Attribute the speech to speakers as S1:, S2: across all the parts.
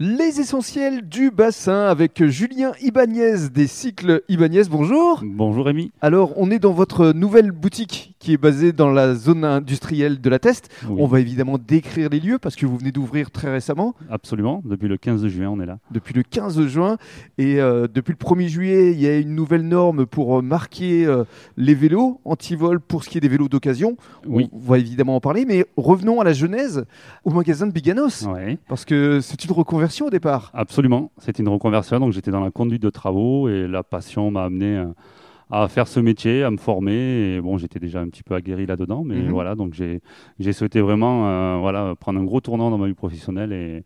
S1: Les essentiels du bassin avec Julien Ibanez des cycles Ibanez. Bonjour.
S2: Bonjour Rémi.
S1: Alors, on est dans votre nouvelle boutique qui est basée dans la zone industrielle de la Teste.
S2: Oui,
S1: On va évidemment décrire les lieux parce que vous venez d'ouvrir très récemment,
S2: Absolument, depuis le 15 juin, on est là.
S1: depuis le 15 juin. Et euh, depuis le 1er juillet, il y a une nouvelle norme pour euh, marquer euh, les vélos anti-vol pour ce qui est des vélos d'occasion.
S2: Oui.
S1: On va évidemment en parler. Mais revenons à la genèse au magasin de Biganos.
S2: Ouais,
S1: Parce que c'est une reconversion au départ.
S2: absolument. C'était une reconversion, donc j'étais dans la conduite de travaux et la passion m'a amené euh, à faire ce métier, à me former. Et bon, j'étais déjà un petit peu aguerri là-dedans, mais
S1: Mhm.
S2: voilà, donc j'ai j'ai souhaité vraiment euh, voilà, prendre un gros tournant dans ma vie professionnelle et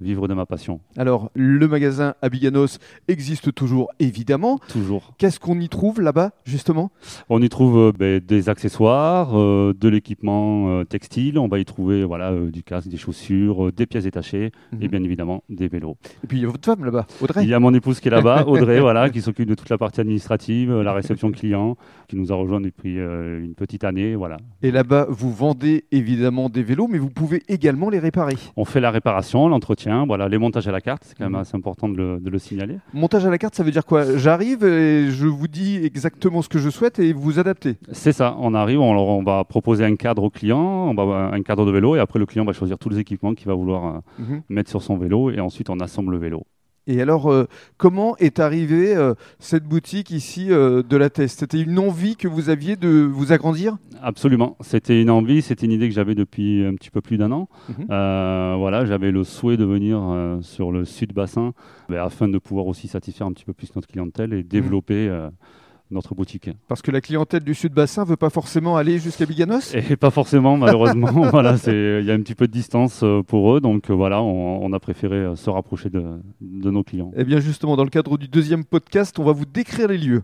S2: vivre de ma passion,
S1: Alors, le magasin à Biganos existe toujours, évidemment.
S2: toujours.
S1: Qu'est-ce qu'on y trouve là-bas, justement
S2: On y trouve euh, ben, des accessoires, euh, de l'équipement euh, textile, on va y trouver voilà, euh, du casque, des chaussures, euh, des pièces détachées et
S1: Mhm.
S2: bien évidemment des vélos.
S1: Et puis, il y a votre femme là-bas, Audrey.
S2: Il y a mon épouse qui est là-bas, Audrey, voilà, qui s'occupe de toute la partie administrative, euh, la réception client, qui nous a rejoint depuis euh, une petite année. Voilà.
S1: Et là-bas, vous vendez évidemment des vélos, mais vous pouvez également les réparer.
S2: On fait la réparation, l'entretien, voilà, les montages à la carte, c'est quand même
S1: Mhm.
S2: assez important de le, de le signaler.
S1: Montage à la carte, ça veut dire quoi J'arrive et je vous dis exactement ce que je souhaite et vous vous adaptez.
S2: C'est ça, on arrive, on, leur- on va proposer un cadre au client, on va, un cadre de vélo, et après le client va choisir tous les équipements qu'il va vouloir euh, mettre sur son vélo, et ensuite on assemble le vélo.
S1: Et alors, euh, comment est arrivée euh, cette boutique ici euh, de la Teste C'était une envie que vous aviez de vous agrandir
S2: Absolument. C'était une envie, c'était une idée que j'avais depuis un petit peu plus d'un an.
S1: Mhm.
S2: Euh, voilà, j'avais le souhait de venir euh, sur le sud bassin ben, afin de pouvoir aussi satisfaire un petit peu plus notre clientèle et développer euh, notre boutique.
S1: Parce que la clientèle du Sud-Bassin veut pas forcément aller jusqu'à Biganos
S2: Et pas forcément, malheureusement. voilà, c'est il y a un petit peu de distance euh, pour eux, donc euh, voilà, on, on a préféré euh, se rapprocher de, de nos clients.
S1: Eh bien justement, dans le cadre du deuxième podcast, on va vous décrire les lieux.